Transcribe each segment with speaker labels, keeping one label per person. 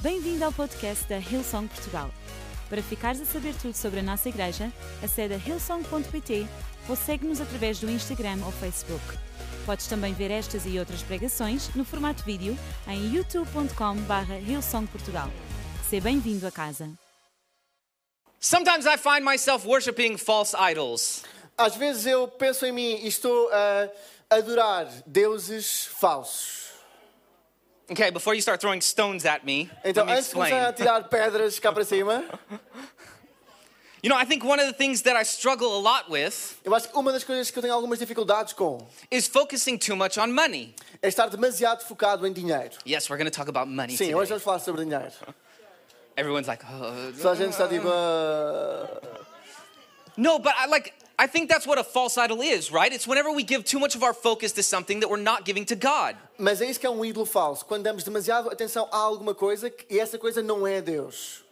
Speaker 1: Bem-vindo ao podcast da Hillsong Portugal. Para ficares a saber tudo sobre a nossa igreja, acede a hillsong.pt ou segue-nos através do Instagram ou Facebook. Podes também ver estas e outras pregações no formato vídeo em youtube.com.br hillsongportugal. Seja bem-vindo a casa.
Speaker 2: Sometimes I find myself worshiping false idols.
Speaker 3: Às vezes eu penso em mim e estou a adorar deuses falsos.
Speaker 2: Okay, before you start throwing stones at me,
Speaker 3: Então,
Speaker 2: let me
Speaker 3: antes de começar a
Speaker 2: explain.
Speaker 3: tirar pedras cá para cima,
Speaker 2: You know, I think one of the things that I struggle a lot with
Speaker 3: eu acho que uma das coisas que eu tenho algumas dificuldades com
Speaker 2: is focusing too much on money.
Speaker 3: é estar demasiado focado em dinheiro.
Speaker 2: Yes, we're going to talk about money
Speaker 3: Sim,
Speaker 2: today.
Speaker 3: hoje vamos falar sobre dinheiro.
Speaker 2: Everyone's like, oh.
Speaker 3: Só a gente está tipo. ah,
Speaker 2: no, but I like. I think that's what a false idol is, right? It's whenever we give too much of our focus to something that we're not giving to God.
Speaker 3: Mas é isso que é um ídolo falso. Quando damos demasiado atenção a alguma coisa que- e essa coisa não é Deus.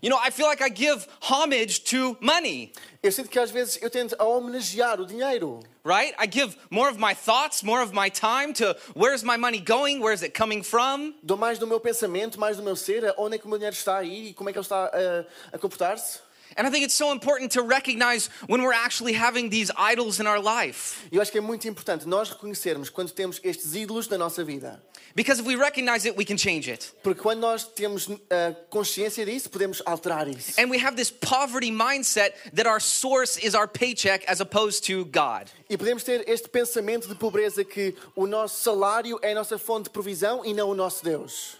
Speaker 2: You know, I feel like I give homage to money,
Speaker 3: Eu sinto que às vezes eu tento a homenagear o dinheiro.
Speaker 2: right? I give more of my thoughts, more of my time to where's my money going? Where's it coming from?
Speaker 3: Dou mais do meu pensamento, mais do meu ser, a onde é que o meu dinheiro está a ir e como é que ele está a, a comportar-se.
Speaker 2: And I think it's so important to recognize when we're actually having these idols in our life.
Speaker 3: E eu acho que é muito importante nós reconhecermos quando temos estes ídolos na nossa vida.
Speaker 2: Because if we recognize it, we can change it.
Speaker 3: Porque quando nós temos ah, consciência disso, podemos alterar isso.
Speaker 2: And we have this poverty mindset that our source is our paycheck as opposed to God.
Speaker 3: E podemos ter este pensamento de pobreza que o nosso salário é a nossa fonte de provisão e não o nosso Deus.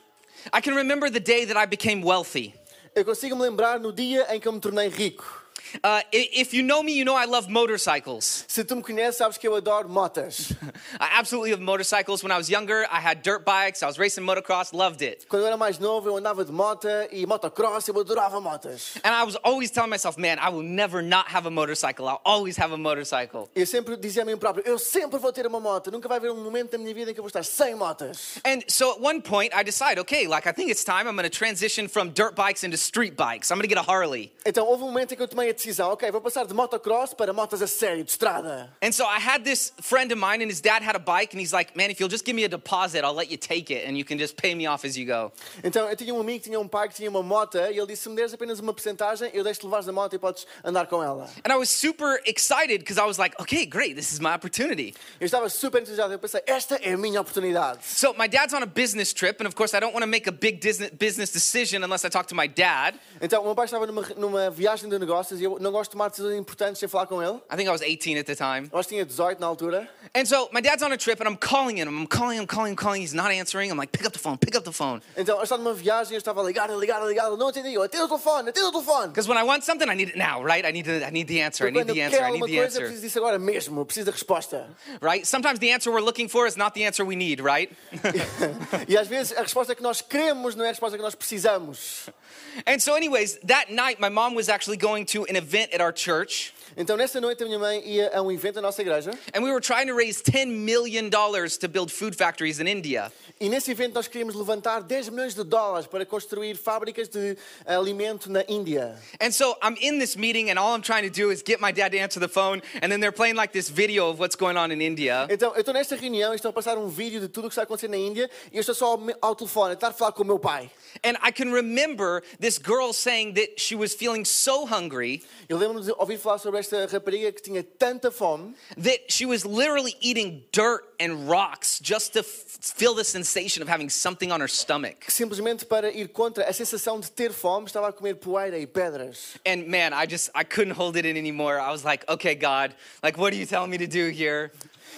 Speaker 2: I can remember the day that I became wealthy.
Speaker 3: Eu consigo me lembrar no dia em que eu me tornei rico.
Speaker 2: Uh, i- if you know me, you know I love motorcycles.
Speaker 3: Se tu me conheces, sabes que eu adoro motas.
Speaker 2: I absolutely love motorcycles. When I was younger, I had dirt bikes, I was racing motocross, loved it.
Speaker 3: Quando eu era mais novo, eu andava de mota e motocross, eu adorava motas.
Speaker 2: And I was always telling myself, man, I will never not have a motorcycle. I'll always have a motorcycle.
Speaker 3: Eu sempre dizia a mim próprio, eu sempre vou ter uma moto, nunca vai haver um momento da minha vida em que eu vou estar sem motas.
Speaker 2: And so at one point, I decide, okay, like I think it's time I'm gonna transition from dirt bikes into street bikes. I'm gonna get a Harley.
Speaker 3: Então houve um momento em que eu tomei a decisão, ok, vou passar de motocross para motas a sério, de estrada.
Speaker 2: And so I had this friend of mine, and his dad had a bike, and he's like, man, if you'll just give me a deposit, I'll let you take it, and you can just pay me off as you go.
Speaker 3: Então eu tinha um amigo, que tinha um pai que tinha uma moto e ele disse, se me deres apenas uma porcentagem, eu deixo-te levares a moto e podes andar com ela.
Speaker 2: And I was super excited because I was like, okay, great, this is my opportunity.
Speaker 3: Eu estava super entusiasmado, eu pensei, esta é a minha oportunidade.
Speaker 2: So my dad's on a business trip, and of course, I don't wanna make a big dis- business decision unless I talk to my dad.
Speaker 3: Então o meu pai estava numa, numa viagem de negócios e eu não gosto de tomar decisões importantes sem falar com ele.
Speaker 2: I think I was 18 at the time.
Speaker 3: Eu acho que tinha 18 na altura.
Speaker 2: And so my dad's on a trip, and I'm calling him, I'm calling him, calling him, calling. He's not answering. I'm like, pick up the phone, pick up the phone.
Speaker 3: Então eu estava numa viagem, eu estava ligado, ligado, ligado, não atendi, eu atendo o telefone, atendo o telefone.
Speaker 2: Because when I want something, I need it now, right? I need, to, I need the answer. I need
Speaker 3: Quando eu
Speaker 2: the answer.
Speaker 3: quero
Speaker 2: I need
Speaker 3: alguma
Speaker 2: the
Speaker 3: coisa, eu
Speaker 2: answer.
Speaker 3: preciso disso agora mesmo, eu preciso da resposta.
Speaker 2: Right? Sometimes the answer we're looking for is not the answer we need, right?
Speaker 3: E às vezes a resposta que nós queremos não é a resposta que nós precisamos.
Speaker 2: and so, anyways, that night, my mom was actually going to an event at our church,
Speaker 3: Então nessa noite a minha mãe ia a um evento na nossa igreja
Speaker 2: and we were trying to raise $10 million to build food factories in India.
Speaker 3: e nesse evento nós queríamos levantar 10 milhões de dólares para construir fábricas de alimento na Índia.
Speaker 2: And so I'm in this meeting, and all I'm trying to do is get my dad to answer the phone, and then they're playing like this video of what's going on in India.
Speaker 3: Então eu estou nesta reunião e estão a passar um vídeo de tudo o que está acontecendo na Índia e eu estou só ao, me- ao telefone a tentar falar com o meu pai.
Speaker 2: And I can remember this girl saying that she was feeling so hungry
Speaker 3: Eu lembro-me de ouvir falar sobre esta rapariga que tinha tanta fome
Speaker 2: that she was literally eating dirt and rocks just to f- feel the sensation of having something on her stomach.
Speaker 3: que simplesmente para ir contra a sensação de ter fome estava a comer poeira e pedras.
Speaker 2: And man, I just I couldn't hold it in anymore. I was like, okay, God, like what are you telling me to do here?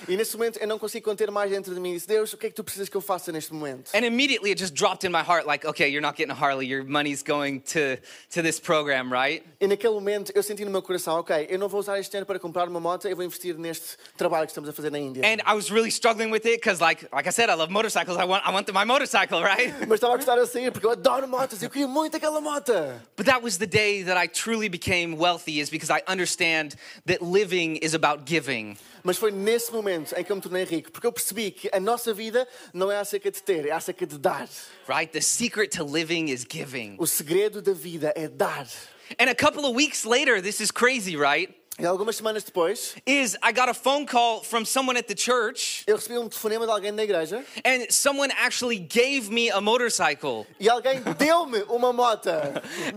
Speaker 3: E nesse momento eu não consigo conter mais dentro de mim. Disse, Deus, o que é que tu precisas que eu faça neste momento?
Speaker 2: And immediately it just dropped in my heart, like, okay, you're not getting a Harley, your money's going to to this program, right?
Speaker 3: E naquele momento eu senti no meu coração, ok, eu não vou usar este dinheiro para comprar uma moto, eu vou investir neste trabalho que estamos a fazer na Índia.
Speaker 2: And I was really struggling with it because like like I said, I love motorcycles. I want I want my motorcycle, right?
Speaker 3: Mas estava a gostar a sair porque eu adoro motas, eu queria muito aquela moto.
Speaker 2: But that was the day that I truly became wealthy, is because I understand that living is about giving.
Speaker 3: Mas foi nesse momento em que eu me tornei rico, porque eu percebi que a nossa vida não é acerca de ter, é acerca de dar.
Speaker 2: right? The secret to living is giving.
Speaker 3: O segredo da vida é dar.
Speaker 2: And a couple of weeks later, this is crazy, right?
Speaker 3: E algumas semanas depois,
Speaker 2: is I got a phone call from someone at the church,
Speaker 3: eu recebi um telefonema de alguém da igreja
Speaker 2: and someone actually gave me a motorcycle.
Speaker 3: e alguém deu-me uma moto.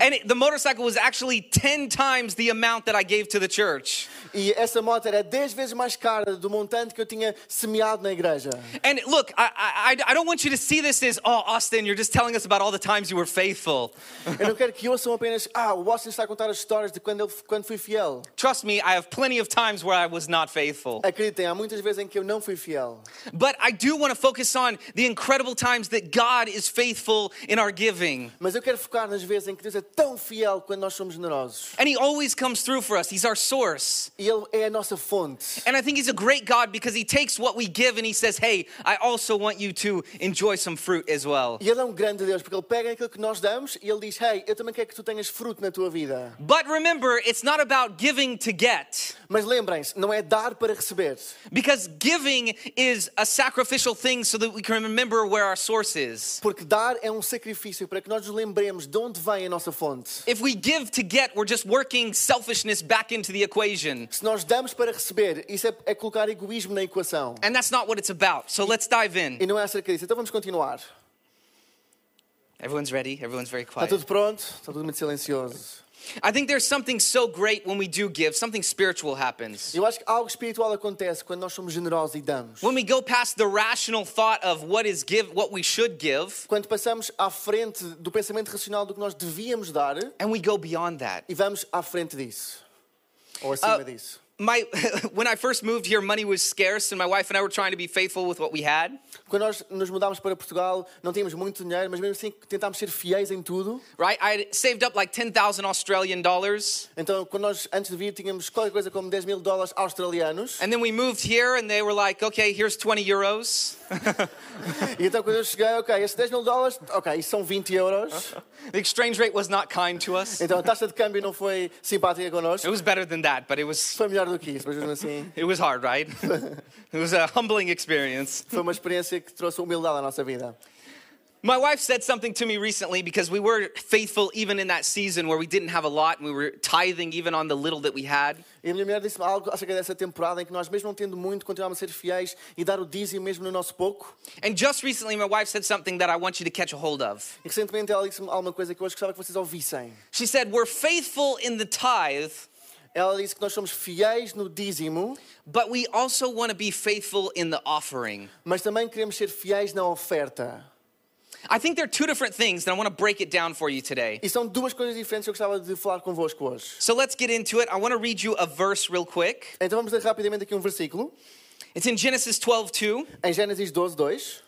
Speaker 2: And it, the motorcycle was actually 10 times the amount that I gave to the church.
Speaker 3: E essa moto era 10 vezes mais cara do montante que eu tinha semeado na igreja.
Speaker 2: And look, I, I, I don't want you to see this as, oh, Austin, you're just telling us about all the times you were faithful.
Speaker 3: Eu não quero que ouçam apenas, ah, o Austin está a contar as histórias de quando, ele, quando fui fiel.
Speaker 2: Trust me, I have plenty of times where I was not faithful.
Speaker 3: Acreditem, há muitas vezes em que eu não fui fiel.
Speaker 2: But I do want to focus on the incredible times that God is faithful in our giving.
Speaker 3: Mas eu quero focar nas vezes em que Deus é tão fiel quando nós somos generosos.
Speaker 2: And He always comes through for us, He's our source.
Speaker 3: E Ele é a nossa fonte.
Speaker 2: And I think He's a great God because He takes what we give and He says, hey, I also want you to enjoy some fruit as well.
Speaker 3: E Ele é um grande Deus, porque Ele pega aquilo que nós damos e Ele diz, hey, eu também quero que tu tenhas fruto na tua vida.
Speaker 2: But remember, it's not about giving to get,
Speaker 3: Mas lembrem-se, não é dar para receber.
Speaker 2: because giving is a sacrificial thing so that we can remember where our source is.
Speaker 3: Porque dar é um sacrifício para que nós nos lembremos de onde vem a nossa fonte.
Speaker 2: If we give to get, we're just working selfishness back into the equation.
Speaker 3: Se nós damos para receber, isso é, é colocar egoísmo na equação.
Speaker 2: And that's not what it's about. So let's dive
Speaker 3: E
Speaker 2: in.
Speaker 3: não é acerca disso. Então vamos continuar.
Speaker 2: Everyone's ready, everyone's very
Speaker 3: Está
Speaker 2: quiet.
Speaker 3: Tá tudo pronto? Está tudo muito silencioso.
Speaker 2: I think there's something so great when we do give, something spiritual happens.
Speaker 3: Eu acho que algo espiritual acontece quando nós somos generosos e damos.
Speaker 2: When we go past the rational thought of what is give, what we should give,
Speaker 3: Quando passamos à frente do pensamento racional do que nós devíamos dar
Speaker 2: and we go beyond that.
Speaker 3: e vamos à frente disso. Ou acima
Speaker 2: Ah.
Speaker 3: disso.
Speaker 2: My when I first moved here, money was scarce and my wife and I were trying to be faithful with what we had,
Speaker 3: Quando nós nos mudámos para Portugal, não tínhamos muito dinheiro, mas mesmo assim tentámos ser fiéis em tudo.
Speaker 2: right? I had saved up like 10,000 Australian dollars.
Speaker 3: Então, quando nós antes de vir tínhamos qualquer coisa como 10 mil dólares australianos.
Speaker 2: And then we moved here and they were like, "Okay, here's 20 euros."
Speaker 3: E então, quando eu cheguei, ok, esses 10 mil dólares, ok, isso são 20 euros.
Speaker 2: The exchange rate was not kind to us.
Speaker 3: Então, a taxa de câmbio não foi simpática
Speaker 2: It
Speaker 3: connosco.
Speaker 2: was better than that, but it was
Speaker 3: Foi melhor do que isso, mas mesmo assim,
Speaker 2: it was hard, right? it was a humbling experience.
Speaker 3: foi uma experiência que trouxe humildade à nossa vida.
Speaker 2: My wife said something to me recently because we were faithful even in that season where we didn't have a lot and we were tithing even on the little that we had.
Speaker 3: E a minha mulher disse-me algo acerca dessa temporada em que nós, mesmo não tendo muito, continuamos a ser fiéis e dar o dízimo mesmo no nosso pouco.
Speaker 2: And just recently my wife said something that I want you to catch a hold of.
Speaker 3: E recentemente ela disse-me alguma coisa que eu hoje gostava que vocês ouvissem.
Speaker 2: She said, "We're faithful in the tithe,
Speaker 3: Ela disse que nós somos fiéis no dízimo,
Speaker 2: but we also want to be faithful in the offering."
Speaker 3: mas também queremos ser fiéis na oferta.
Speaker 2: I think they're two different things and I want to break it down for you today.
Speaker 3: E são duas coisas diferentes que eu gostava de falar convosco hoje.
Speaker 2: So let's get into it. I want to read you a verse real quick.
Speaker 3: Então vamos ler rapidamente aqui um versículo,
Speaker 2: It's in Genesis 12:2.
Speaker 3: em Gênesis 12, 2.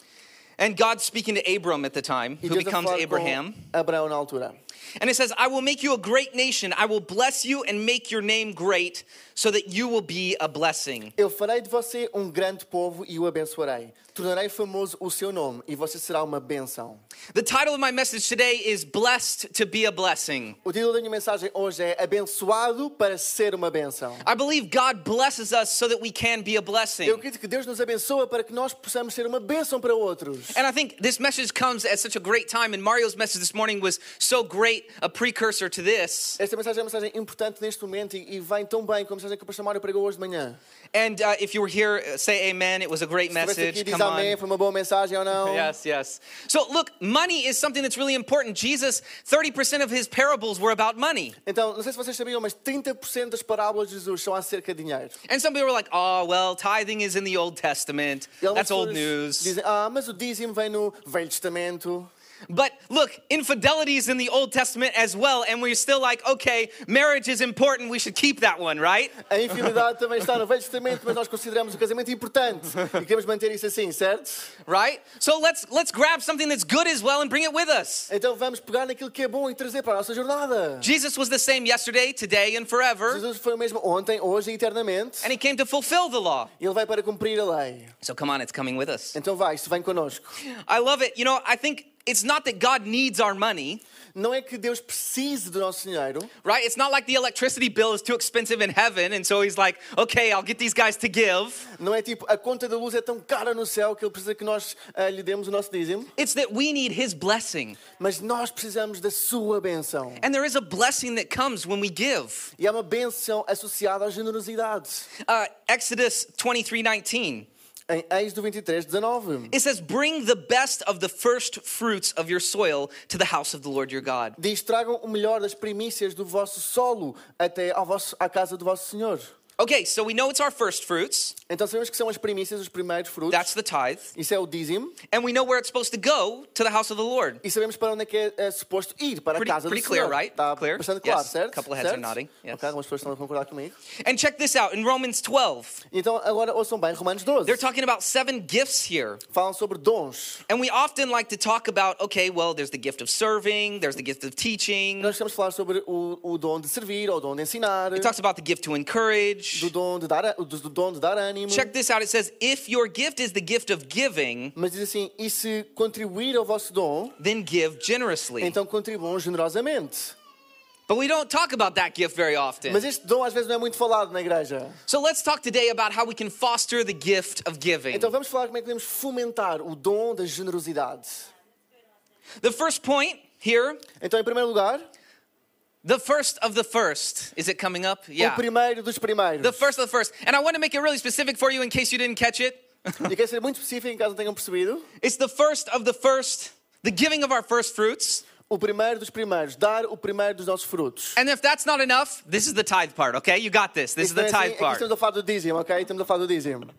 Speaker 2: And God's speaking to Abram at the time,
Speaker 3: E
Speaker 2: who
Speaker 3: Deus a
Speaker 2: becomes
Speaker 3: falar
Speaker 2: Abraham.
Speaker 3: com Abraão na altura.
Speaker 2: And it says, I will make you a great nation. I will bless you and make your name great so that you will be a blessing.
Speaker 3: Eu farei de você um grande povo e o abençoarei. Tornarei famoso o seu nome e você será uma benção.
Speaker 2: The title of my message today is Blessed to be a Blessing.
Speaker 3: O título da minha mensagem hoje é Abençoado para ser uma benção.
Speaker 2: I believe God blesses us so that we can be a
Speaker 3: Eu
Speaker 2: blessing.
Speaker 3: acredito que Deus nos abençoa para que nós possamos ser uma benção para outros.
Speaker 2: And I think this message comes at such a great time, and Mario's message this morning was so great a precursor to this.
Speaker 3: Esta mensagem é uma mensagem importante neste momento e, e vem tão bem como a mensagem que o pastor Mário pregou hoje de manhã.
Speaker 2: And uh, if you were here, uh, say amen. It was a great
Speaker 3: Se estivesse aqui
Speaker 2: message.
Speaker 3: diz
Speaker 2: Come on.
Speaker 3: amém, foi uma boa mensagem ou não?
Speaker 2: Yes, yes. So look, money is something that's really important. Jesus, 30% of his parables were about money.
Speaker 3: Então, não sei se vocês sabiam, mas 30% das parábolas de Jesus são acerca de dinheiro.
Speaker 2: And some people were like, oh, well, tithing is in the Old Testament.
Speaker 3: E algumas
Speaker 2: That's old
Speaker 3: pessoas
Speaker 2: news.
Speaker 3: Dizem, ah, mas o dízimo vem no Velho Testamento.
Speaker 2: But look, infidelity is in the Old Testament as well. And we're still like, okay, marriage is important. We should keep that one, right?
Speaker 3: A infidelidade também está no Velho Testamento, mas nós consideramos o casamento importante e queremos manter isso assim, certo?
Speaker 2: Right? So let's let's grab something that's good as well and bring it with us.
Speaker 3: Então vamos pegar naquilo que é bom e trazer para a nossa jornada.
Speaker 2: Jesus was the same yesterday, today, and forever.
Speaker 3: Jesus foi o mesmo ontem, hoje e eternamente.
Speaker 2: And he came to fulfill the law.
Speaker 3: Ele vai para cumprir a lei.
Speaker 2: So come on, it's coming with us.
Speaker 3: Então vai, isto vem connosco.
Speaker 2: I love it. You know, I think it's not that God needs our money,
Speaker 3: Não é que Deus precise do nosso dinheiro.
Speaker 2: right? It's not like the electricity bill is too expensive in heaven, and so he's like, okay, I'll get these guys to give.
Speaker 3: Não é tipo a conta da luz é tão cara no céu que ele precisa que nós ah, lhe demos o nosso dízimo.
Speaker 2: It's that we need his blessing.
Speaker 3: Mas nós precisamos da sua benção.
Speaker 2: And there is a blessing that comes when we give.
Speaker 3: E há uma benção associada à generosidade.
Speaker 2: Uh, Exodus 23 19.
Speaker 3: Em Eis do 23, 19.
Speaker 2: It says, Bring the best of the first fruits of your soil to the house of the Lord your God.
Speaker 3: Diz: tragam o melhor das primícias do vosso solo até ao vosso, à casa do vosso Senhor.
Speaker 2: Okay, so we know it's our first fruits.
Speaker 3: Então sabemos que são as primícias, os primeiros frutos.
Speaker 2: That's the tithe.
Speaker 3: Isso é o dízimo.
Speaker 2: And we know where it's supposed to go to the house of the Lord.
Speaker 3: E sabemos para onde é que é, é suposto ir, para
Speaker 2: Pretty-
Speaker 3: a casa
Speaker 2: pretty
Speaker 3: do
Speaker 2: clear,
Speaker 3: Senhor.
Speaker 2: right?
Speaker 3: Está
Speaker 2: Clear?
Speaker 3: bastante claro,
Speaker 2: Yes.
Speaker 3: certo?
Speaker 2: Couple of heads are
Speaker 3: Certo?
Speaker 2: nodding, yes.
Speaker 3: Ok, algumas pessoas estão a concordar comigo.
Speaker 2: And check this out in Romans 12.
Speaker 3: Então agora ouçam bem Romanos 12.
Speaker 2: They're talking about seven gifts here.
Speaker 3: Falam sobre dons.
Speaker 2: And we often like to talk about okay, well, there's the gift of serving, there's the gift of teaching.
Speaker 3: Nós estamos a falar sobre o, o dom de servir, ou o dom de ensinar,
Speaker 2: It talks about the gift to encourage.
Speaker 3: do dom de dar, a- do, do dom de dar ânimo.
Speaker 2: Check this out. It says, if your gift is the gift of giving,
Speaker 3: Mas diz assim, e se contribuir ao vosso dom,
Speaker 2: then give generously.
Speaker 3: então contribuam generosamente.
Speaker 2: But we don't talk about that gift very often.
Speaker 3: Mas este dom às vezes não é muito falado na igreja.
Speaker 2: So let's talk today about how we can foster the gift of giving.
Speaker 3: Então vamos falar como é que podemos fomentar o dom da generosidade.
Speaker 2: The first point here,
Speaker 3: Então, em primeiro lugar,
Speaker 2: the first of the first. Is it coming up?
Speaker 3: o
Speaker 2: Yeah.
Speaker 3: primeiro dos primeiros.
Speaker 2: The first of the first. And I want to make it really specific for you in case you didn't catch it.
Speaker 3: E quero ser muito específico, em caso não tenham percebido.
Speaker 2: It's the first of the first, the giving of our first fruits.
Speaker 3: O primeiro dos primeiros, dar o primeiro dos nossos frutos.
Speaker 2: And if that's not enough, this is the tithe part, okay? You got this. This is
Speaker 3: Isto
Speaker 2: the
Speaker 3: não é assim,
Speaker 2: tithe
Speaker 3: Aqui
Speaker 2: part.
Speaker 3: estamos a falar do dízimo, ok? Estamos a falar do dízimo.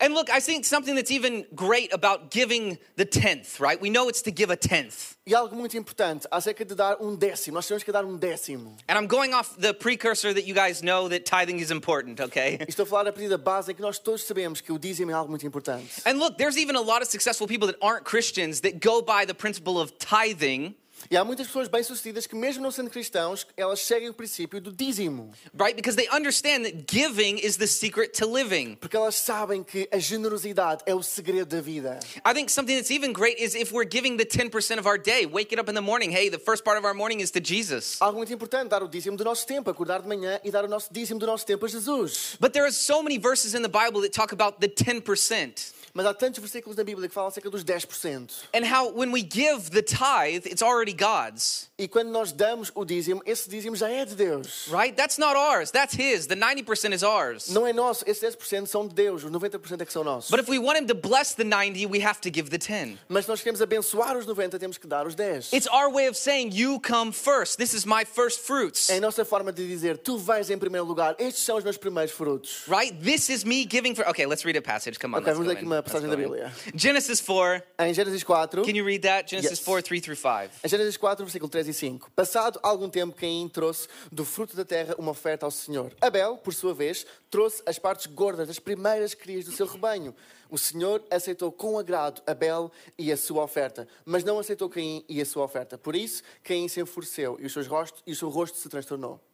Speaker 2: And look, I think something that's even great about giving the tenth, right? We know it's to give a tenth.
Speaker 3: E algo muito importante, acerca de dar um décimo. Nós temos que dar um décimo.
Speaker 2: And I'm going off the precursor that you guys know that tithing is important, okay?
Speaker 3: E estou a falar a partir da base em que nós todos sabemos que o dízimo é algo muito importante.
Speaker 2: And look, there's even a lot of successful people that aren't Christians that go by the principle of tithing,
Speaker 3: E há muitas pessoas bem-sucedidas que, mesmo não sendo cristãos, elas seguem o princípio do dízimo.
Speaker 2: right? Because they understand that giving is the secret to living.
Speaker 3: Porque elas sabem que a generosidade é o segredo da vida.
Speaker 2: I think something that's even great is if we're giving the 10% of our day, waking up in the morning, hey, the first part of our morning is to Jesus.
Speaker 3: Algo muito importante, dar o dízimo do nosso tempo, acordar de manhã e dar o nosso dízimo do nosso tempo a Jesus.
Speaker 2: But there are so many verses in the Bible that talk about the 10%.
Speaker 3: Mas há tantos versículos na Bíblia que falam acerca dos 10%.
Speaker 2: And how when we give the tithe, it's already God's,
Speaker 3: E quando nós damos o dízimo, esse dízimo já é de Deus.
Speaker 2: right? That's not ours, that's His. The 90% is ours.
Speaker 3: Não é nosso, esses 10% são de Deus, os 90% é que são nossos.
Speaker 2: But if we want Him to bless the 90, we have to give the 10.
Speaker 3: Mas se nós queremos abençoar os 90, temos que dar os 10.
Speaker 2: It's our way of saying, You come first. This is my first fruits,
Speaker 3: É a nossa forma de dizer, tu vais em primeiro lugar, estes são os meus primeiros frutos.
Speaker 2: right? This is me giving for. Okay, let's read a passage. Come on.
Speaker 3: Ok,
Speaker 2: let's
Speaker 3: vamos
Speaker 2: go
Speaker 3: ler aqui
Speaker 2: in.
Speaker 3: uma
Speaker 2: Let's
Speaker 3: passagem
Speaker 2: go
Speaker 3: da
Speaker 2: in.
Speaker 3: Bíblia.
Speaker 2: Genesis 4.
Speaker 3: Em Gênesis 4,
Speaker 2: Can you read that? Genesis
Speaker 3: Yes.
Speaker 2: 4 3 through 5.
Speaker 3: em Gênesis 4, versículo 3 e 5. Passado algum tempo, Caim trouxe do fruto da terra uma oferta ao Senhor. Abel, por sua vez, trouxe as partes gordas das primeiras crias do seu rebanho. O Senhor aceitou com agrado Abel e a sua oferta, mas não aceitou Caim e a sua oferta. Por isso, Caim se enfureceu e, os seus rostos, e o seu rosto se transtornou. É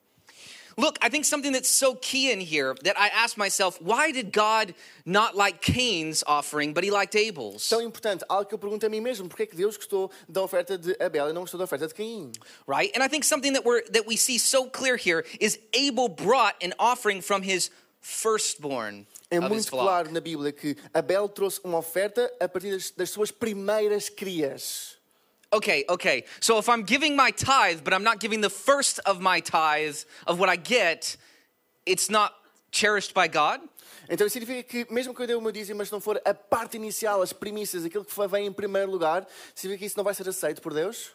Speaker 2: Look, I think something that's so key in here that I asked myself, why did God not like Cain's offering, but he liked Abel's?
Speaker 3: Tão importante, algo que eu pergunto a mim mesmo, porque é que Deus gostou da oferta de Abel e não gostou da oferta de Caim?
Speaker 2: right? And I think something that we're that we see so clear here is Abel brought an offering from his firstborn.
Speaker 3: É
Speaker 2: of his
Speaker 3: muito
Speaker 2: flock.
Speaker 3: claro na Bíblia que Abel trouxe uma oferta a partir das, das suas primeiras crias.
Speaker 2: Okay, okay. So if I'm giving my tithe, but I'm not giving the first of my tithe of what I get, it's not cherished by God.
Speaker 3: Então isso significa que, mesmo que eu dê o meu dízimo, mas não for a parte inicial, as primícias, aquilo que foi- vem em primeiro lugar, significa que isso não vai ser aceito por Deus?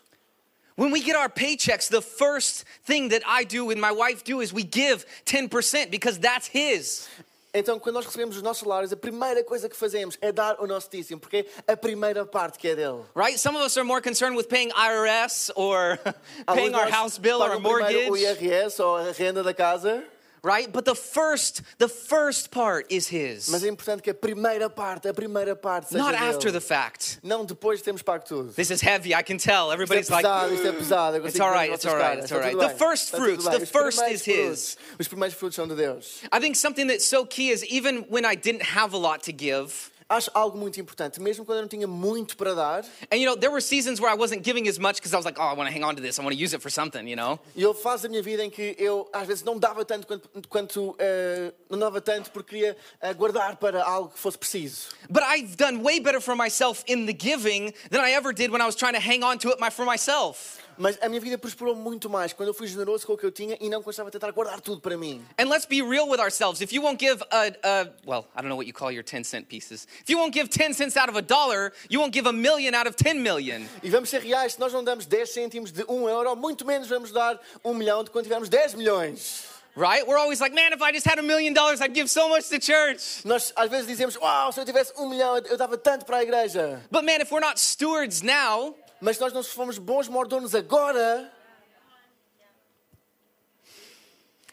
Speaker 2: When we get our paychecks, the first thing that I do and my wife do is we give 10% because that's his.
Speaker 3: Então, quando nós recebemos os nossos salários, a primeira coisa que fazemos é dar o nosso dízimo, porque é a primeira parte que é dele.
Speaker 2: Right? Some of us are more concerned with paying IRS or
Speaker 3: Alguns
Speaker 2: paying
Speaker 3: de
Speaker 2: our
Speaker 3: nós
Speaker 2: house bill or
Speaker 3: pagam
Speaker 2: our
Speaker 3: primeiro O
Speaker 2: mortgage,
Speaker 3: IRS ou a renda da casa,
Speaker 2: right? But the first, the first part is
Speaker 3: mas
Speaker 2: his.
Speaker 3: é importante que a primeira parte, a primeira parte seja
Speaker 2: Not
Speaker 3: dele.
Speaker 2: after the fact.
Speaker 3: Não depois de termos pago tudo.
Speaker 2: This is heavy, I can tell.
Speaker 3: Isto é
Speaker 2: Everybody's like,
Speaker 3: pesado, isto é pesado. Eu
Speaker 2: It's
Speaker 3: consigo
Speaker 2: all
Speaker 3: ver
Speaker 2: right,
Speaker 3: as
Speaker 2: it's
Speaker 3: vossas
Speaker 2: all right, it's
Speaker 3: caras. Está
Speaker 2: all
Speaker 3: tudo
Speaker 2: right.
Speaker 3: bem,
Speaker 2: The first
Speaker 3: está tudo
Speaker 2: fruits,
Speaker 3: bem.
Speaker 2: the
Speaker 3: Os
Speaker 2: first
Speaker 3: primeiros
Speaker 2: is his.
Speaker 3: frutos, Os primeiros frutos são de Deus.
Speaker 2: I think something that's so key is even when I didn't have a lot to give,
Speaker 3: acho algo muito importante. Mesmo quando eu não tinha muito para dar,
Speaker 2: And you know, there were seasons where I wasn't giving as much because I was like, oh, I want to hang on to this. I want to use it for something, you know?
Speaker 3: e houve fases da minha vida em que eu às vezes não dava tanto quanto, quanto, eh, não dava tanto porque queria eh, guardar para algo que fosse preciso.
Speaker 2: But I've done way better for myself in the giving than I ever did when I was trying to hang on to it my, for myself.
Speaker 3: Mas a minha vida prosperou muito mais quando eu fui generoso com o que eu tinha e não quando estava a tentar guardar tudo para mim.
Speaker 2: And let's be real with ourselves. If you won't give a, a well, I don't know what you call your 10 cent pieces. If you won't give 10 cents out of a dollar, you won't give a million out of 10 million.
Speaker 3: E vamos ser reais, se nós não damos 10 cêntimos de 1 euro, muito menos vamos dar 1 milhão de quando tivermos 10 milhões.
Speaker 2: Right? We're always like, man, if I just had a million dollars, I'd give so much to church.
Speaker 3: Nós às vezes dizemos, uau, se eu tivesse 1 milhão eu dava tanto para a igreja.
Speaker 2: But man, if we're not stewards now,
Speaker 3: Mas se nós não formos bons mordomos agora,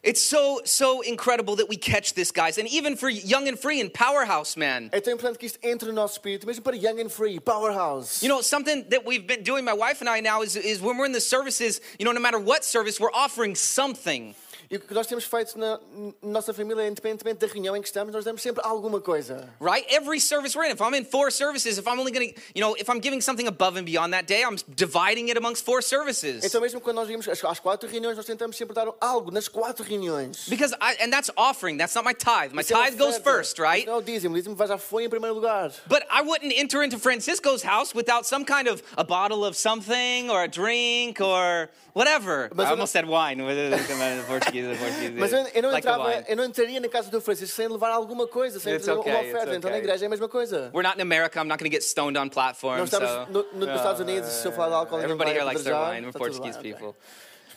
Speaker 2: it's so, so incredible that we catch this, guys. And even for Young and Free and Powerhouse, man.
Speaker 3: é tão importante que isto entre no nosso espírito, mesmo para Young and Free, Powerhouse.
Speaker 2: You know, something that we've been doing, my wife and I now, is, is when we're in the services, you know, no matter what service, we're offering something.
Speaker 3: E o que nós temos feito na na nossa família, independentemente da reunião em que estamos, nós damos sempre alguma coisa.
Speaker 2: right? Every service we're in. If I'm in four services, if I'm only gonna, you know, if I'm giving something above and beyond that day, I'm dividing it amongst four services.
Speaker 3: Então mesmo quando nós vimos às quatro reuniões, nós tentamos sempre dar algo nas quatro reuniões. é
Speaker 2: Because I, and that's offering. That's not my tithe. My
Speaker 3: Isso é uma
Speaker 2: tithe goes
Speaker 3: oferta.
Speaker 2: first, right?
Speaker 3: Não, é dízimo, dízimo vais à fome em primeiro lugar.
Speaker 2: But I wouldn't enter into Francisco's house without some kind of a bottle of something or a drink or whatever.
Speaker 3: Mas
Speaker 2: I
Speaker 3: eu
Speaker 2: almost said wine. Portuguese, Portuguese.
Speaker 3: Mas eu, eu não
Speaker 2: Like the
Speaker 3: entrava,
Speaker 2: wine.
Speaker 3: eu não entraria na casa do Francisco sem levar alguma coisa, sem
Speaker 2: It's
Speaker 3: trazer
Speaker 2: okay,
Speaker 3: uma
Speaker 2: it's
Speaker 3: oferta. Então na
Speaker 2: okay.
Speaker 3: igreja é a mesma coisa.
Speaker 2: We're not in America. I'm not going to get stoned on platform.
Speaker 3: Nós estamos
Speaker 2: So. Uh,
Speaker 3: no, no, nos Estados Unidos, se eu falar de álcool, ninguém
Speaker 2: Everybody
Speaker 3: vai
Speaker 2: here likes their
Speaker 3: apedrejar,
Speaker 2: wine. We're
Speaker 3: está tudo bem,
Speaker 2: Portuguese
Speaker 3: ok.
Speaker 2: people.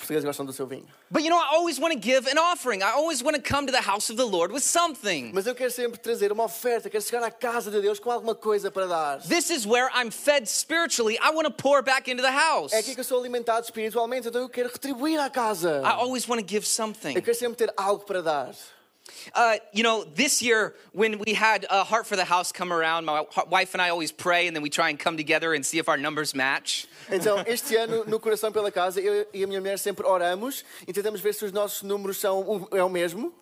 Speaker 3: Os portugueses gostam do seu vinho.
Speaker 2: But you know, I always want to give an offering. I always want to come to the house of the Lord with something.
Speaker 3: Mas eu quero sempre trazer uma oferta, quero chegar à casa de Deus com alguma coisa para dar.
Speaker 2: This is where I'm fed spiritually. I want to pour back into the house.
Speaker 3: É aqui que eu sou alimentado espiritualmente, então eu quero retribuir à casa.
Speaker 2: I always want to give
Speaker 3: Eu
Speaker 2: something.
Speaker 3: quero sempre ter algo para dar.
Speaker 2: Uh, you know, this year when we had uh, Heart for the House come around, my wi- wife and I always pray and then we try and come together and see if our numbers match.
Speaker 3: Então, este ano, no Coração pela Casa, eu e a minha mulher sempre oramos e tentamos ver se os nossos números são o, é o mesmo.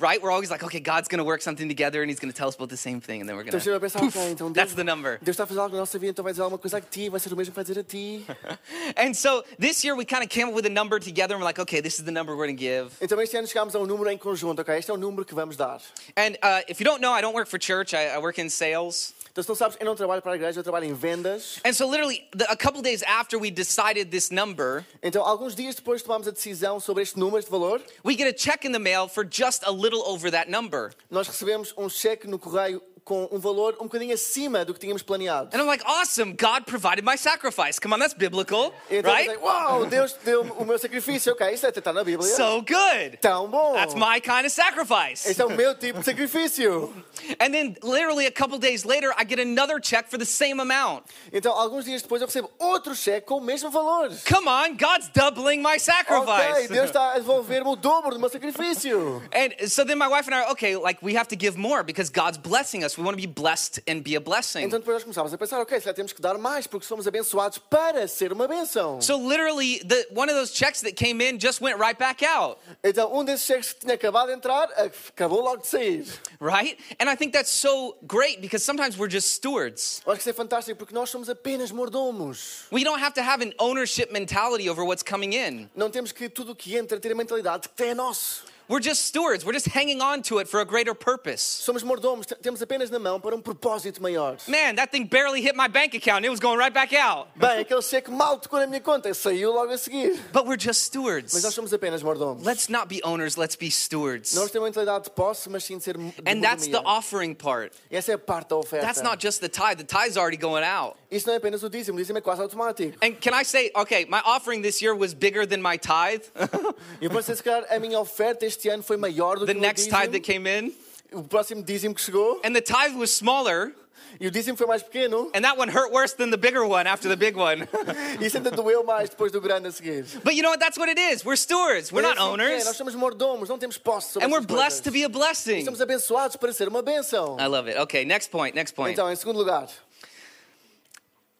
Speaker 2: right? We're always like, okay, God's going to work something together and He's going to tell us about the same thing and then we're going
Speaker 3: Estamos sempre a pensar, ok,
Speaker 2: to.
Speaker 3: então Deus,
Speaker 2: That's the number.
Speaker 3: Deus está a fazer algo na nossa vida, então vai dizer alguma coisa a ti, vai ser o mesmo que vai dizer a ti.
Speaker 2: And so this year we kind of came up with a number together and we're like, okay, this is the number we're going to give.
Speaker 3: Então este ano chegámos a um número em conjunto, ok? Este é o número que vamos dar.
Speaker 2: And uh, if you don't know, I don't work for church, I, I work in sales.
Speaker 3: Então se não sabes, eu não trabalho para a igreja, eu trabalho em vendas.
Speaker 2: And so, literally, the, a couple days after we decided this number,
Speaker 3: Então alguns dias depois tomámos a decisão sobre este número, este valor.
Speaker 2: we get a check in the mail for just a little over that number.
Speaker 3: Nós recebemos um cheque no correio com um valor um bocadinho acima do que tínhamos planeado.
Speaker 2: And I'm like, awesome, God provided my sacrifice. Come on, that's biblical,
Speaker 3: Então eu
Speaker 2: right?
Speaker 3: pensei, uau, Deus deu o meu sacrifício, ok? Isso está na Bíblia.
Speaker 2: So good.
Speaker 3: Tão bom.
Speaker 2: That's my kind of sacrifice.
Speaker 3: Este é o meu tipo de sacrifício.
Speaker 2: And then, literally, a couple days later, I get another check for the same amount.
Speaker 3: Então, alguns dias depois, eu recebo outro cheque com o mesmo valor.
Speaker 2: Come on, God's doubling my
Speaker 3: Ok,
Speaker 2: sacrifice.
Speaker 3: Deus está a devolver-me o dobro do meu sacrifício.
Speaker 2: And so then my wife and I are okay, like we have to give more because God's blessing us. We want to be blessed and be a blessing.
Speaker 3: Então depois nós começámos a pensar, ok, se calhar temos que dar mais, porque somos abençoados para ser uma benção.
Speaker 2: So literally, the, one of those checks that came in just went right back out,
Speaker 3: Então um desses cheques que tinha acabado de entrar, acabou logo de sair.
Speaker 2: right? And I think that's so great because sometimes we're just stewards.
Speaker 3: Eu acho que isso é fantástico, porque nós somos apenas mordomos.
Speaker 2: We don't have to have an ownership mentality over what's coming in.
Speaker 3: Não temos que tudo o que entra ter a mentalidade que é nosso.
Speaker 2: We're just stewards. We're just hanging on to it for a greater purpose.
Speaker 3: Somos mordomos, te- temos apenas na mão para um propósito maior.
Speaker 2: Man, that thing barely hit my bank account. and It was going right back out.
Speaker 3: Bem, aquele cheque mal tocou na minha conta, saiu logo a seguir.
Speaker 2: But we're just
Speaker 3: Mas nós
Speaker 2: stewards.
Speaker 3: somos apenas mordomos.
Speaker 2: Let's not be owners. Let's be stewards.
Speaker 3: Nós temos a mentalidade de posse, mas sim de ser m- de
Speaker 2: And that's the
Speaker 3: mordomia.
Speaker 2: offering part.
Speaker 3: Essa é a parte da oferta.
Speaker 2: That's not just the tithe. The tithe's already going out.
Speaker 3: Isso não é apenas o dízimo, o dízimo é quase automático.
Speaker 2: And can I say, okay, my offering this year was bigger than my tithe,
Speaker 3: E eu pensei, se calhar, a minha oferta este ano foi maior do
Speaker 2: the
Speaker 3: que o
Speaker 2: next
Speaker 3: dízimo,
Speaker 2: tithe that came in.
Speaker 3: o próximo dízimo que chegou,
Speaker 2: And the tithe was smaller,
Speaker 3: e o dízimo foi mais pequeno,
Speaker 2: and that one hurt worse than the bigger one after the big one.
Speaker 3: e isso ainda doeu mais depois do grande a seguir.
Speaker 2: but you know what? That's what it is. We're stewards, we're
Speaker 3: Mas é
Speaker 2: not
Speaker 3: assim que é, Nós
Speaker 2: owners,
Speaker 3: somos mordomos, não temos posse sobre
Speaker 2: and we're
Speaker 3: essas coisas.
Speaker 2: blessed to be a blessing.
Speaker 3: Estamos
Speaker 2: Ah,
Speaker 3: abençoados para ser uma bênção.
Speaker 2: I love it. Okay, next point, next point.
Speaker 3: Então, em segundo lugar,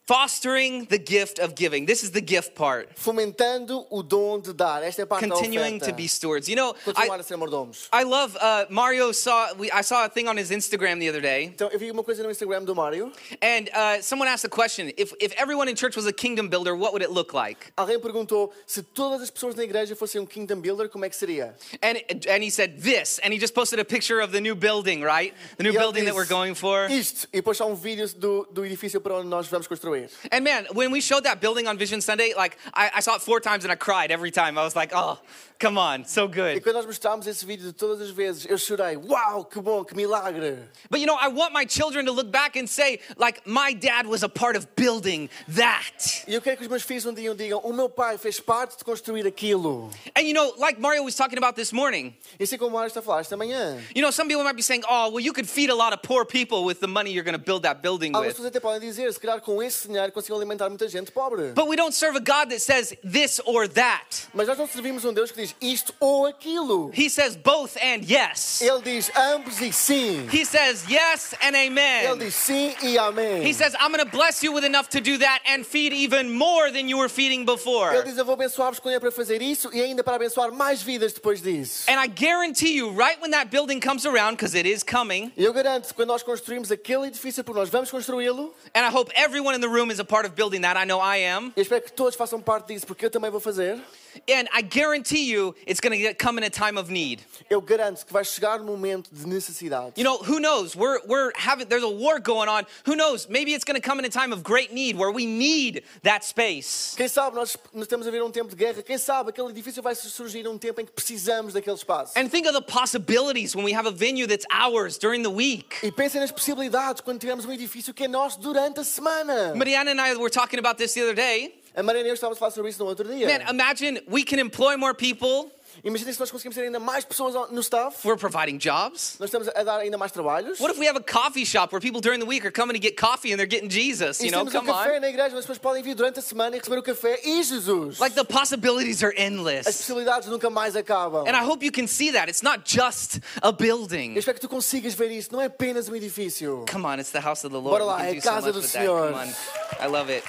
Speaker 2: Fostering the gift of giving. This is the gift part.
Speaker 3: Fomentando o dom de dar. Esta é a parte
Speaker 2: Continuing
Speaker 3: da
Speaker 2: to
Speaker 3: oferta.
Speaker 2: be stewards. uh, You know,
Speaker 3: Continuar
Speaker 2: I,
Speaker 3: a ser mordomos.
Speaker 2: I love uh, Mario. Saw we, I saw a thing on his Instagram the other day,
Speaker 3: Então, eu vi uma coisa no Instagram do Mário.
Speaker 2: and uh, someone asked the question: if if everyone in church was a kingdom builder, what would it look like?
Speaker 3: Alguém perguntou se todas as pessoas na igreja fossem um kingdom builder, como é que seria?
Speaker 2: And and he said this, and he just posted a picture of the new building, right? The new
Speaker 3: E ele
Speaker 2: building that
Speaker 3: disse,
Speaker 2: we're going for.
Speaker 3: Isto. E depois há um vídeo do, do edifício para onde nós vamos construir.
Speaker 2: And man, when we showed that building on Vision Sunday, like I, I saw it four times and I cried every time. I was like, oh, come on, so
Speaker 3: E
Speaker 2: good.
Speaker 3: quando nós mostrámos esse vídeo de todas as vezes, eu chorei. Uau, que bom, que milagre.
Speaker 2: But you know, I want my children to look back and say, like, my dad was a part of building that.
Speaker 3: E eu quero que os meus filhos um dia digam, o meu pai fez parte de construir aquilo.
Speaker 2: And you know, like Mario was talking about this morning,
Speaker 3: E assim como o Mário está a falar esta manhã.
Speaker 2: you know, some people might be saying, oh, well, you could feed a lot of poor people with the money you're gonna build that building
Speaker 3: Algumas
Speaker 2: with.
Speaker 3: pessoas até podem dizer, se calhar com esse dinheiro consigam alimentar muita gente pobre.
Speaker 2: But we don't serve a God that says this or that.
Speaker 3: Mas nós não servimos um Deus que diz isto ou aquilo.
Speaker 2: He says both and yes.
Speaker 3: Ele diz ambos e sim.
Speaker 2: He says yes and amen.
Speaker 3: Ele diz sim e amém.
Speaker 2: He says, I'm going to bless you with enough to do that and feed even more than you were feeding
Speaker 3: Ele
Speaker 2: before.
Speaker 3: diz: Eu vou abençoar-vos com dinheiro para fazer isso e ainda para abençoar mais vidas depois disso.
Speaker 2: And I guarantee you, right when that building comes around, because it is coming,
Speaker 3: E eu garanto, quando nós construímos aquele edifício, porque nós vamos construí-lo,
Speaker 2: and I hope everyone in the room is a part of building that. I know I am.
Speaker 3: eu espero que todos façam parte disso, porque eu também vou fazer.
Speaker 2: And I guarantee you, it's going to come in a time of need.
Speaker 3: Eu garanto que vai chegar um momento de necessidade.
Speaker 2: You know, who knows? We're, we're having, there's a war going on. Who knows? Maybe it's going to come in a time of great need where we need that space.
Speaker 3: Quem sabe nós nós estamos a ver um tempo de guerra, quem sabe aquele edifício vai surgir um tempo em que precisamos daquele espaço.
Speaker 2: And think of the possibilities when we have a venue that's ours during the week.
Speaker 3: E pensem nas possibilidades quando tivermos um edifício que é nosso durante a semana.
Speaker 2: Mariana and I were talking about this the other day.
Speaker 3: A Mariana e eu estávamos a falar sobre isso no outro dia.
Speaker 2: Man, imagine we can employ more people.
Speaker 3: Imaginem se nós conseguimos ter ainda mais pessoas no staff.
Speaker 2: We're providing jobs.
Speaker 3: Nós estamos a dar ainda mais trabalhos.
Speaker 2: What if we have a coffee shop where people during the week are coming to get coffee and they're getting Jesus?
Speaker 3: E
Speaker 2: You
Speaker 3: se
Speaker 2: know,
Speaker 3: temos o
Speaker 2: come
Speaker 3: café
Speaker 2: on.
Speaker 3: na igreja, mas as pessoas podem vir durante a semana e receber o café e Jesus.
Speaker 2: Like the possibilities are
Speaker 3: As
Speaker 2: endless.
Speaker 3: possibilidades nunca mais acabam.
Speaker 2: And I hope you can see that. It's not just a
Speaker 3: Eu
Speaker 2: building.
Speaker 3: espero que tu consigas ver isso. Não é apenas um edifício.
Speaker 2: Come on, it's the house of the Lord.
Speaker 3: Bora lá,
Speaker 2: we
Speaker 3: é
Speaker 2: can do so
Speaker 3: casa
Speaker 2: much
Speaker 3: do
Speaker 2: with that. Come
Speaker 3: Senhor.
Speaker 2: on. I love it.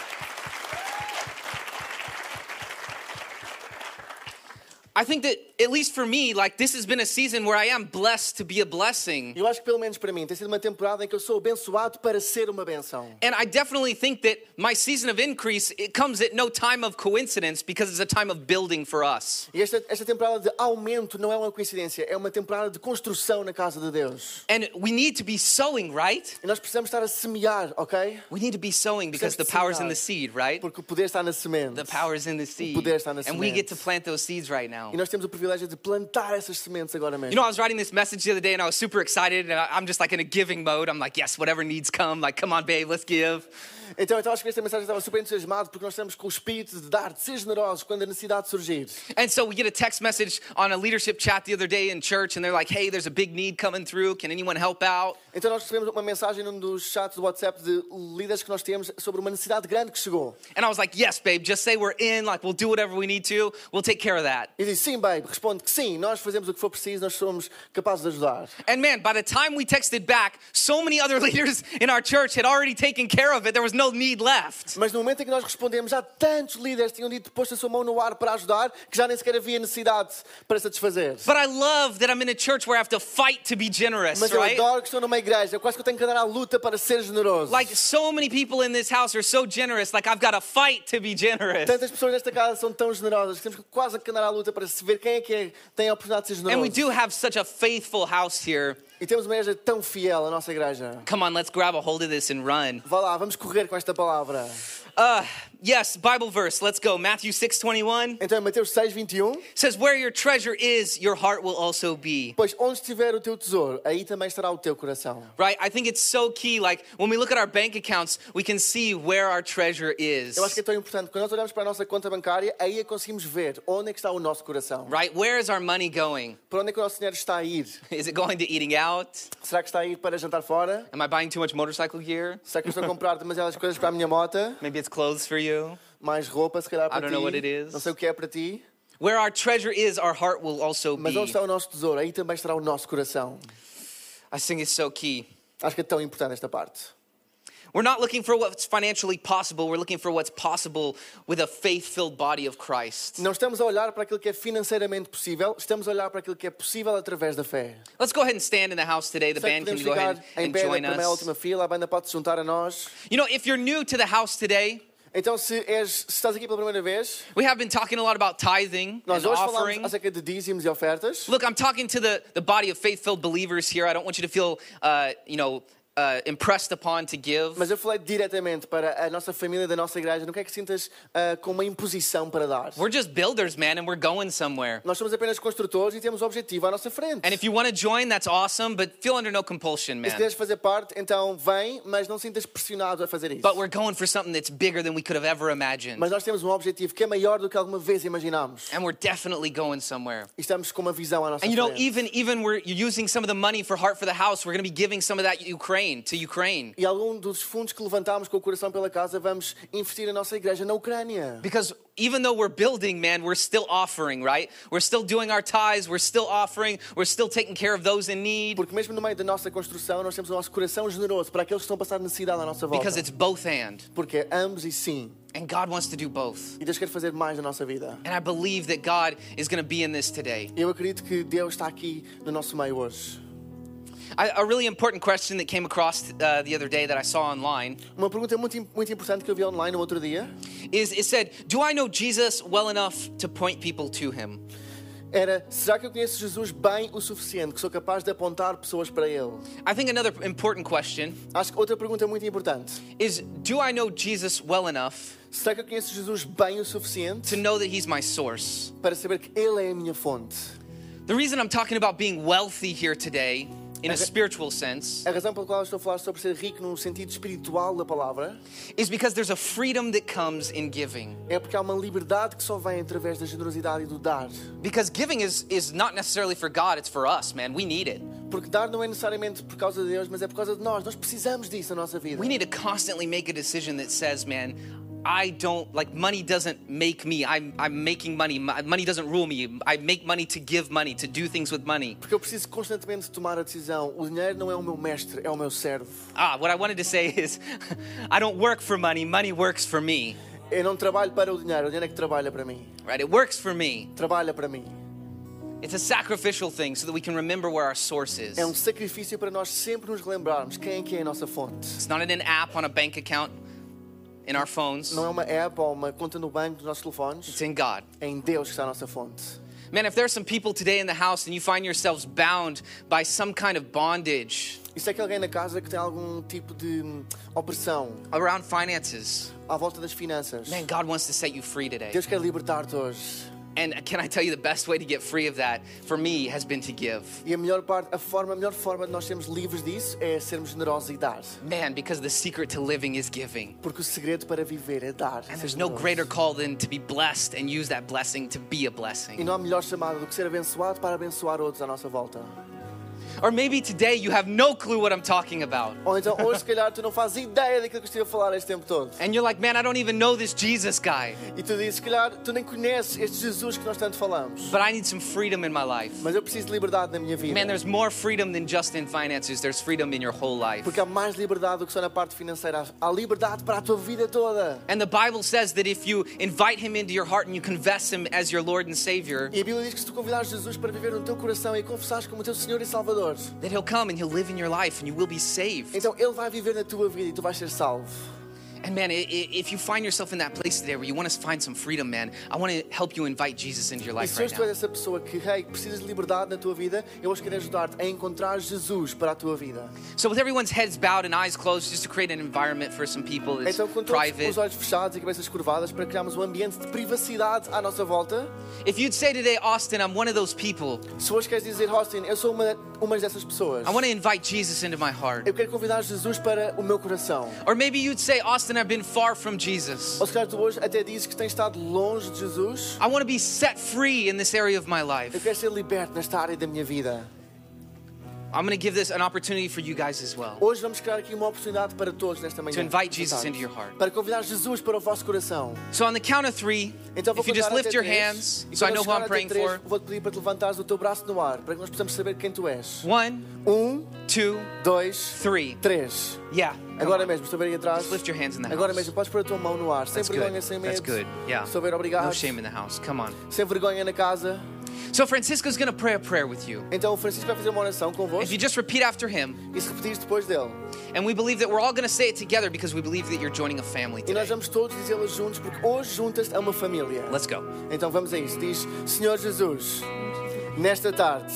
Speaker 2: I think that at least for me, like this has been a season where I am blessed to be a blessing.
Speaker 3: Eu acho que pelo menos para mim tem sido uma temporada em que eu sou abençoado para ser uma benção.
Speaker 2: And I definitely think that my season of increase it comes at no time of coincidence because it's a time of building for us.
Speaker 3: E esta, esta temporada de aumento não é uma coincidência, é uma temporada de construção na casa de Deus.
Speaker 2: And we need to be sowing, right?
Speaker 3: E nós precisamos estar a semear, ok?
Speaker 2: We need to be sowing because the
Speaker 3: Precisamos
Speaker 2: power's in
Speaker 3: semear.
Speaker 2: the seed, right?
Speaker 3: Porque o poder está na semente.
Speaker 2: The power's in the seed.
Speaker 3: poder está na
Speaker 2: And we get
Speaker 3: semente.
Speaker 2: to plant those seeds right now.
Speaker 3: E nós temos o privilégio de plantar essas sementes agora mesmo.
Speaker 2: You know, I was writing this message the other day and I was super excited and I- I'm just like in a giving mode. I'm like, yes, whatever needs come. Like, come on, babe, let's give.
Speaker 3: Então, eu estava a escrever esta mensagem, estava super entusiasmado porque nós estamos com o espírito de dar, de ser generosos quando a necessidade surgir.
Speaker 2: And so we get a text message on a leadership chat the other day in church and they're like, hey, there's a big need coming through. Can anyone help out?
Speaker 3: Então, nós recebemos uma mensagem num dos chats do WhatsApp de líderes que nós temos sobre uma necessidade grande que chegou.
Speaker 2: And I was like, yes, babe, just say we're in. Like, we'll do whatever we need to. We'll take care of that.
Speaker 3: E disse: Sim, babe, responde que sim, nós fazemos o que for preciso, nós somos capazes de ajudar.
Speaker 2: And man, by the time we texted back, so many other leaders in our church had already taken care of it. There was no need left.
Speaker 3: Mas no momento em que nós respondemos, já tantos líderes tinham dito posto a sua mão no ar para ajudar que já nem sequer havia necessidade para satisfazer.
Speaker 2: But I love that I'm in a church where I have to fight to be generous,
Speaker 3: Mas eu
Speaker 2: right?
Speaker 3: adoro que estou numa igreja, eu quase que eu tenho que andar à luta para ser generoso.
Speaker 2: Like, so many people in this house are so generous. Like, I've got to fight to be generous.
Speaker 3: Tantas pessoas nesta casa são tão generosas que temos que quase que andar à luta para se ver quem é que é- tem a oportunidade de ser
Speaker 2: And
Speaker 3: generoso.
Speaker 2: we do have such a faithful house here.
Speaker 3: E temos uma igreja tão fiel à nossa igreja.
Speaker 2: Come on, let's grab a hold of this and run.
Speaker 3: Vá lá, vamos correr com esta palavra.
Speaker 2: Uh, yes, Bible verse. Let's go. Matthew 6 21
Speaker 3: Então, em Mateus 6, 21,
Speaker 2: says, Where your treasure is, your heart will also be.
Speaker 3: pois onde estiver o teu tesouro, aí também estará o teu coração.
Speaker 2: Right? I think it's so key. Like when we look at our bank accounts, we can see where our treasure is.
Speaker 3: Eu acho que é tão importante, quando nós olhamos para a nossa conta bancária, aí é que conseguimos ver onde é que está o nosso coração.
Speaker 2: Right? Where is our money going?
Speaker 3: Para onde é que o nosso dinheiro está a ir?
Speaker 2: Is it going to eating out?
Speaker 3: Será que está a ir para jantar fora?
Speaker 2: Am I buying too much motorcycle gear?
Speaker 3: Será que eu estou a comprar demasiadas coisas para a minha moto?
Speaker 2: Maybe it's clothes for you.
Speaker 3: Mais roupa, se calhar, para
Speaker 2: don't
Speaker 3: ti.
Speaker 2: know what it is.
Speaker 3: Não sei o que é para ti.
Speaker 2: Where our treasure is, our heart will also
Speaker 3: Mas onde
Speaker 2: be.
Speaker 3: está o nosso tesouro, aí também estará o nosso coração.
Speaker 2: I think it's so key.
Speaker 3: Acho que é tão importante esta parte.
Speaker 2: We're not looking for what's financially possible, we're looking for what's possible with a faith filled body of Christ.
Speaker 3: Não estamos a olhar para aquilo que é financeiramente possível, estamos a olhar para aquilo que é possível através da fé.
Speaker 2: Let's go ahead and stand in the house today. The
Speaker 3: Sei que
Speaker 2: band can
Speaker 3: podemos
Speaker 2: go ahead
Speaker 3: ficar em
Speaker 2: and
Speaker 3: pé na
Speaker 2: join
Speaker 3: primeira e
Speaker 2: us.
Speaker 3: última fila, a banda pode se juntar a nós.
Speaker 2: You know, if you're new to the house today,
Speaker 3: Então, se, és, se estás aqui pela primeira vez,
Speaker 2: we have been talking a lot about tithing
Speaker 3: nós
Speaker 2: and
Speaker 3: hoje
Speaker 2: offering.
Speaker 3: falamos acerca de dízimos e ofertas.
Speaker 2: Look, I'm talking to the, the body of faith-filled believers here. I don't want you to feel, uh, you know, uh, impressed upon to give.
Speaker 3: Mas eu falei diretamente para a nossa família da nossa igreja. Não quero que sintas ah, com uma imposição para dar.
Speaker 2: We're just builders, man, and we're going somewhere.
Speaker 3: Nós somos apenas construtores e temos um objetivo à nossa frente.
Speaker 2: And if you want to join, that's awesome, but feel under no compulsion,
Speaker 3: E se
Speaker 2: man.
Speaker 3: queres fazer parte, então vem, mas não sintas pressionado a fazer isso.
Speaker 2: But we're going for something that's bigger than we could have ever imagined.
Speaker 3: Mas nós temos um objetivo que é maior do que alguma vez imaginámos.
Speaker 2: And we're definitely going somewhere.
Speaker 3: E estamos com uma visão à nossa
Speaker 2: And you know,
Speaker 3: frente.
Speaker 2: even even we're you're using some of the money for Heart for the House. We're going to be giving some of that Ukraine to Ukraine
Speaker 3: E algum dos fundos que levantámos com o coração pela casa, vamos investir na nossa igreja na Ucrânia.
Speaker 2: because even though we're building, man, we're still offering, right? We're still doing our tithes. We're still offering. We're still taking care of those in need.
Speaker 3: Porque mesmo no meio da nossa construção, nós temos o nosso coração generoso para aqueles que estão a passar necessidade à nossa volta.
Speaker 2: Because it's both and.
Speaker 3: Porque é ambos e sim.
Speaker 2: And God wants to do both.
Speaker 3: E Deus quer fazer mais na nossa vida.
Speaker 2: And I believe that God is going to be in this today.
Speaker 3: Eu acredito que Deus está aqui no nosso meio hoje.
Speaker 2: I, a really important question that came across uh, the other day that I saw online
Speaker 3: Uma pergunta muito, im- muito importante que eu vi online no outro dia
Speaker 2: is it said, Do I know Jesus well enough to point people to him?
Speaker 3: era: será que eu conheço Jesus bem o suficiente que sou capaz de apontar pessoas para Ele?
Speaker 2: I think another important question
Speaker 3: Acho que outra pergunta muito importante:
Speaker 2: is Do I know Jesus well enough
Speaker 3: será que eu conheço Jesus bem o
Speaker 2: to
Speaker 3: suficiente
Speaker 2: know that he's my source?
Speaker 3: para saber que Ele é a minha fonte?
Speaker 2: The reason I'm talking about being wealthy here today in a
Speaker 3: Okay.
Speaker 2: spiritual sense
Speaker 3: A razão pela qual eu estou a falar sobre ser rico no sentido espiritual da palavra
Speaker 2: is because there's a freedom that comes in giving.
Speaker 3: é porque há uma liberdade que só vem através da generosidade e do dar.
Speaker 2: Because giving is, is not necessarily for God, it's for us, man. We need it.
Speaker 3: Porque dar não é necessariamente por causa de Deus, mas é por causa de nós. Nós precisamos disso na nossa vida.
Speaker 2: We need to constantly make a decision that says, man, I don't like money doesn't make me. I'm, I'm making money. My- Money doesn't rule me. I make money to give money, to do things with money.
Speaker 3: Porque eu preciso constantemente tomar a decisão. O dinheiro não é o meu mestre, é o meu servo.
Speaker 2: Ah, what I wanted to say is, I don't work for money. Money works for me,
Speaker 3: Eu não trabalho para o dinheiro, o dinheiro é que trabalha para mim.
Speaker 2: right? It works for me.
Speaker 3: Trabalha para mim.
Speaker 2: It's a sacrificial thing so that we can remember where our source
Speaker 3: É um
Speaker 2: is.
Speaker 3: sacrifício para nós sempre nos lembrarmos quem é que é a nossa fonte.
Speaker 2: It's not in an app on a bank account in our phones,
Speaker 3: Não é uma app ou uma conta no banco dos nossos telefones.
Speaker 2: it's in God.
Speaker 3: É em Deus que está a nossa fonte.
Speaker 2: Man, if there's some people today in the house and you find yourselves bound by some kind of bondage
Speaker 3: E se é que alguém na casa que tem algum tipo de hum, opressão
Speaker 2: around finances,
Speaker 3: à volta das finanças,
Speaker 2: Man, God wants to set you free today.
Speaker 3: Deus quer libertar-te hoje.
Speaker 2: And can I tell you the best way to get free of that for me has been to give.
Speaker 3: E a melhor parte, a forma, a melhor forma de nós sermos livres disso é sermos generosos e dar.
Speaker 2: Man, because the secret to living is giving.
Speaker 3: Porque o segredo para viver é dar.
Speaker 2: And
Speaker 3: Ser
Speaker 2: there's no
Speaker 3: generoso.
Speaker 2: greater call than to be blessed and use that blessing to be a
Speaker 3: E
Speaker 2: blessing.
Speaker 3: não há melhor chamada do que ser abençoado para abençoar outros à nossa volta.
Speaker 2: Or maybe today you have no clue what I'm talking about.
Speaker 3: Ou então, hoje, se calhar, tu não fazes ideia daquilo que eu estive a falar este tempo todo.
Speaker 2: And you're like, man, I don't even know this Jesus guy,
Speaker 3: E tu dizes, se calhar, tu nem conheces este Jesus que nós tanto falamos.
Speaker 2: but I need some freedom in my life.
Speaker 3: Mas eu preciso de liberdade na minha vida.
Speaker 2: Man, there's more freedom than just in finances, there's freedom in your whole life.
Speaker 3: Porque há mais liberdade do que só na parte financeira. Há liberdade para a tua vida toda.
Speaker 2: And the Bible says that if you invite him into your heart and you confess him as your Lord and Savior,
Speaker 3: E a Bíblia diz que se tu convidares Jesus para viver no teu coração e confessares como teu Senhor e Salvador,
Speaker 2: that he'll come and he'll live in your life and you will be saved.
Speaker 3: então Ele vai viver na tua vida e tu vais ser salvo.
Speaker 2: And man, i- i- if you find yourself in that place today where you want to find some freedom, man, I want to help you invite Jesus into your
Speaker 3: E
Speaker 2: life
Speaker 3: se hoje
Speaker 2: right
Speaker 3: tu és
Speaker 2: now.
Speaker 3: essa pessoa que, hey, precisas de liberdade na tua vida, eu hoje quero ajudar-te a encontrar Jesus para a tua vida.
Speaker 2: So, with everyone's heads bowed and eyes closed, just to create an environment for some people that's
Speaker 3: Então, com todos
Speaker 2: private.
Speaker 3: os olhos fechados e cabeças curvadas, para criarmos um ambiente de privacidade à nossa volta,
Speaker 2: If you'd say today, Austin, I'm one of those people.
Speaker 3: se hoje queres dizer, Austin, eu sou uma, uma dessas pessoas,
Speaker 2: I want to invite Jesus into my heart.
Speaker 3: eu quero convidar Jesus para o meu coração.
Speaker 2: Or maybe you'd say, Austin, I've been far from Jesus.
Speaker 3: Ou se calhar tu hoje até dizes que tens estado longe de Jesus,
Speaker 2: I want to be set free in this area of my
Speaker 3: eu
Speaker 2: life.
Speaker 3: quero ser liberto nesta área da minha vida.
Speaker 2: I'm going to give this an opportunity for you guys as well.
Speaker 3: Hoje vamos criar aqui uma oportunidade para todos nesta manhã.
Speaker 2: To invite Jesus
Speaker 3: Portanto,
Speaker 2: into your heart.
Speaker 3: Para convidar Jesus para o vosso coração.
Speaker 2: So, on the count of three,
Speaker 3: Então vou
Speaker 2: if you just
Speaker 3: contar
Speaker 2: lift
Speaker 3: até
Speaker 2: your
Speaker 3: três,
Speaker 2: hands,
Speaker 3: e
Speaker 2: so I
Speaker 3: quando
Speaker 2: know
Speaker 3: eu
Speaker 2: who I'm
Speaker 3: chegar até
Speaker 2: praying
Speaker 3: três,
Speaker 2: for.
Speaker 3: Vou-te pedir para te levantares o teu braço no ar, para que nós possamos saber quem tu és.
Speaker 2: One,
Speaker 3: Um,
Speaker 2: two,
Speaker 3: dois,
Speaker 2: three.
Speaker 3: três.
Speaker 2: Yeah.
Speaker 3: Agora mesmo, estou bem atrás.
Speaker 2: Just lift your hands in the
Speaker 3: Agora
Speaker 2: house.
Speaker 3: mesmo, podes pôr a tua mão no ar, sem
Speaker 2: That's
Speaker 3: vergonha,
Speaker 2: good.
Speaker 3: sem medo.
Speaker 2: That's good. Yeah.
Speaker 3: Estou bem obrigado.
Speaker 2: No shame in the house. Come on.
Speaker 3: Sem vergonha na casa.
Speaker 2: So Francisco's going to pray a prayer with you.
Speaker 3: Então o Francisco vai fazer uma oração
Speaker 2: If
Speaker 3: convosco
Speaker 2: you just repeat after him,
Speaker 3: e se repetires depois dele.
Speaker 2: and we believe that we're all going to say it together because we believe that you're joining a family
Speaker 3: E
Speaker 2: today.
Speaker 3: nós vamos todos dizê-la juntos, porque hoje juntas é uma família.
Speaker 2: Let's go.
Speaker 3: Então vamos a isso. Diz: Senhor Jesus, nesta tarde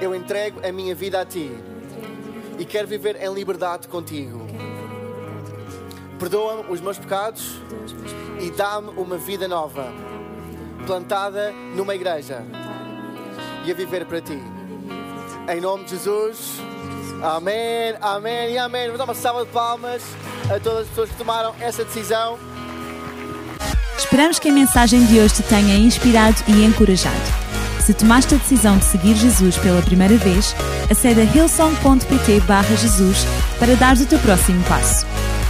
Speaker 3: eu entrego a minha vida a ti e quero viver em liberdade contigo. Perdoa-me os meus pecados e dá-me uma vida nova, plantada numa igreja e a viver para ti. Em nome de Jesus. Amém, amém e amém. Vou dar uma salva de palmas a todas as pessoas que tomaram essa decisão.
Speaker 1: Esperamos que a mensagem de hoje te tenha inspirado e encorajado. Se tomaste a decisão de seguir Jesus pela primeira vez, acede a hillsong.pt barra Jesus para dares o teu próximo passo.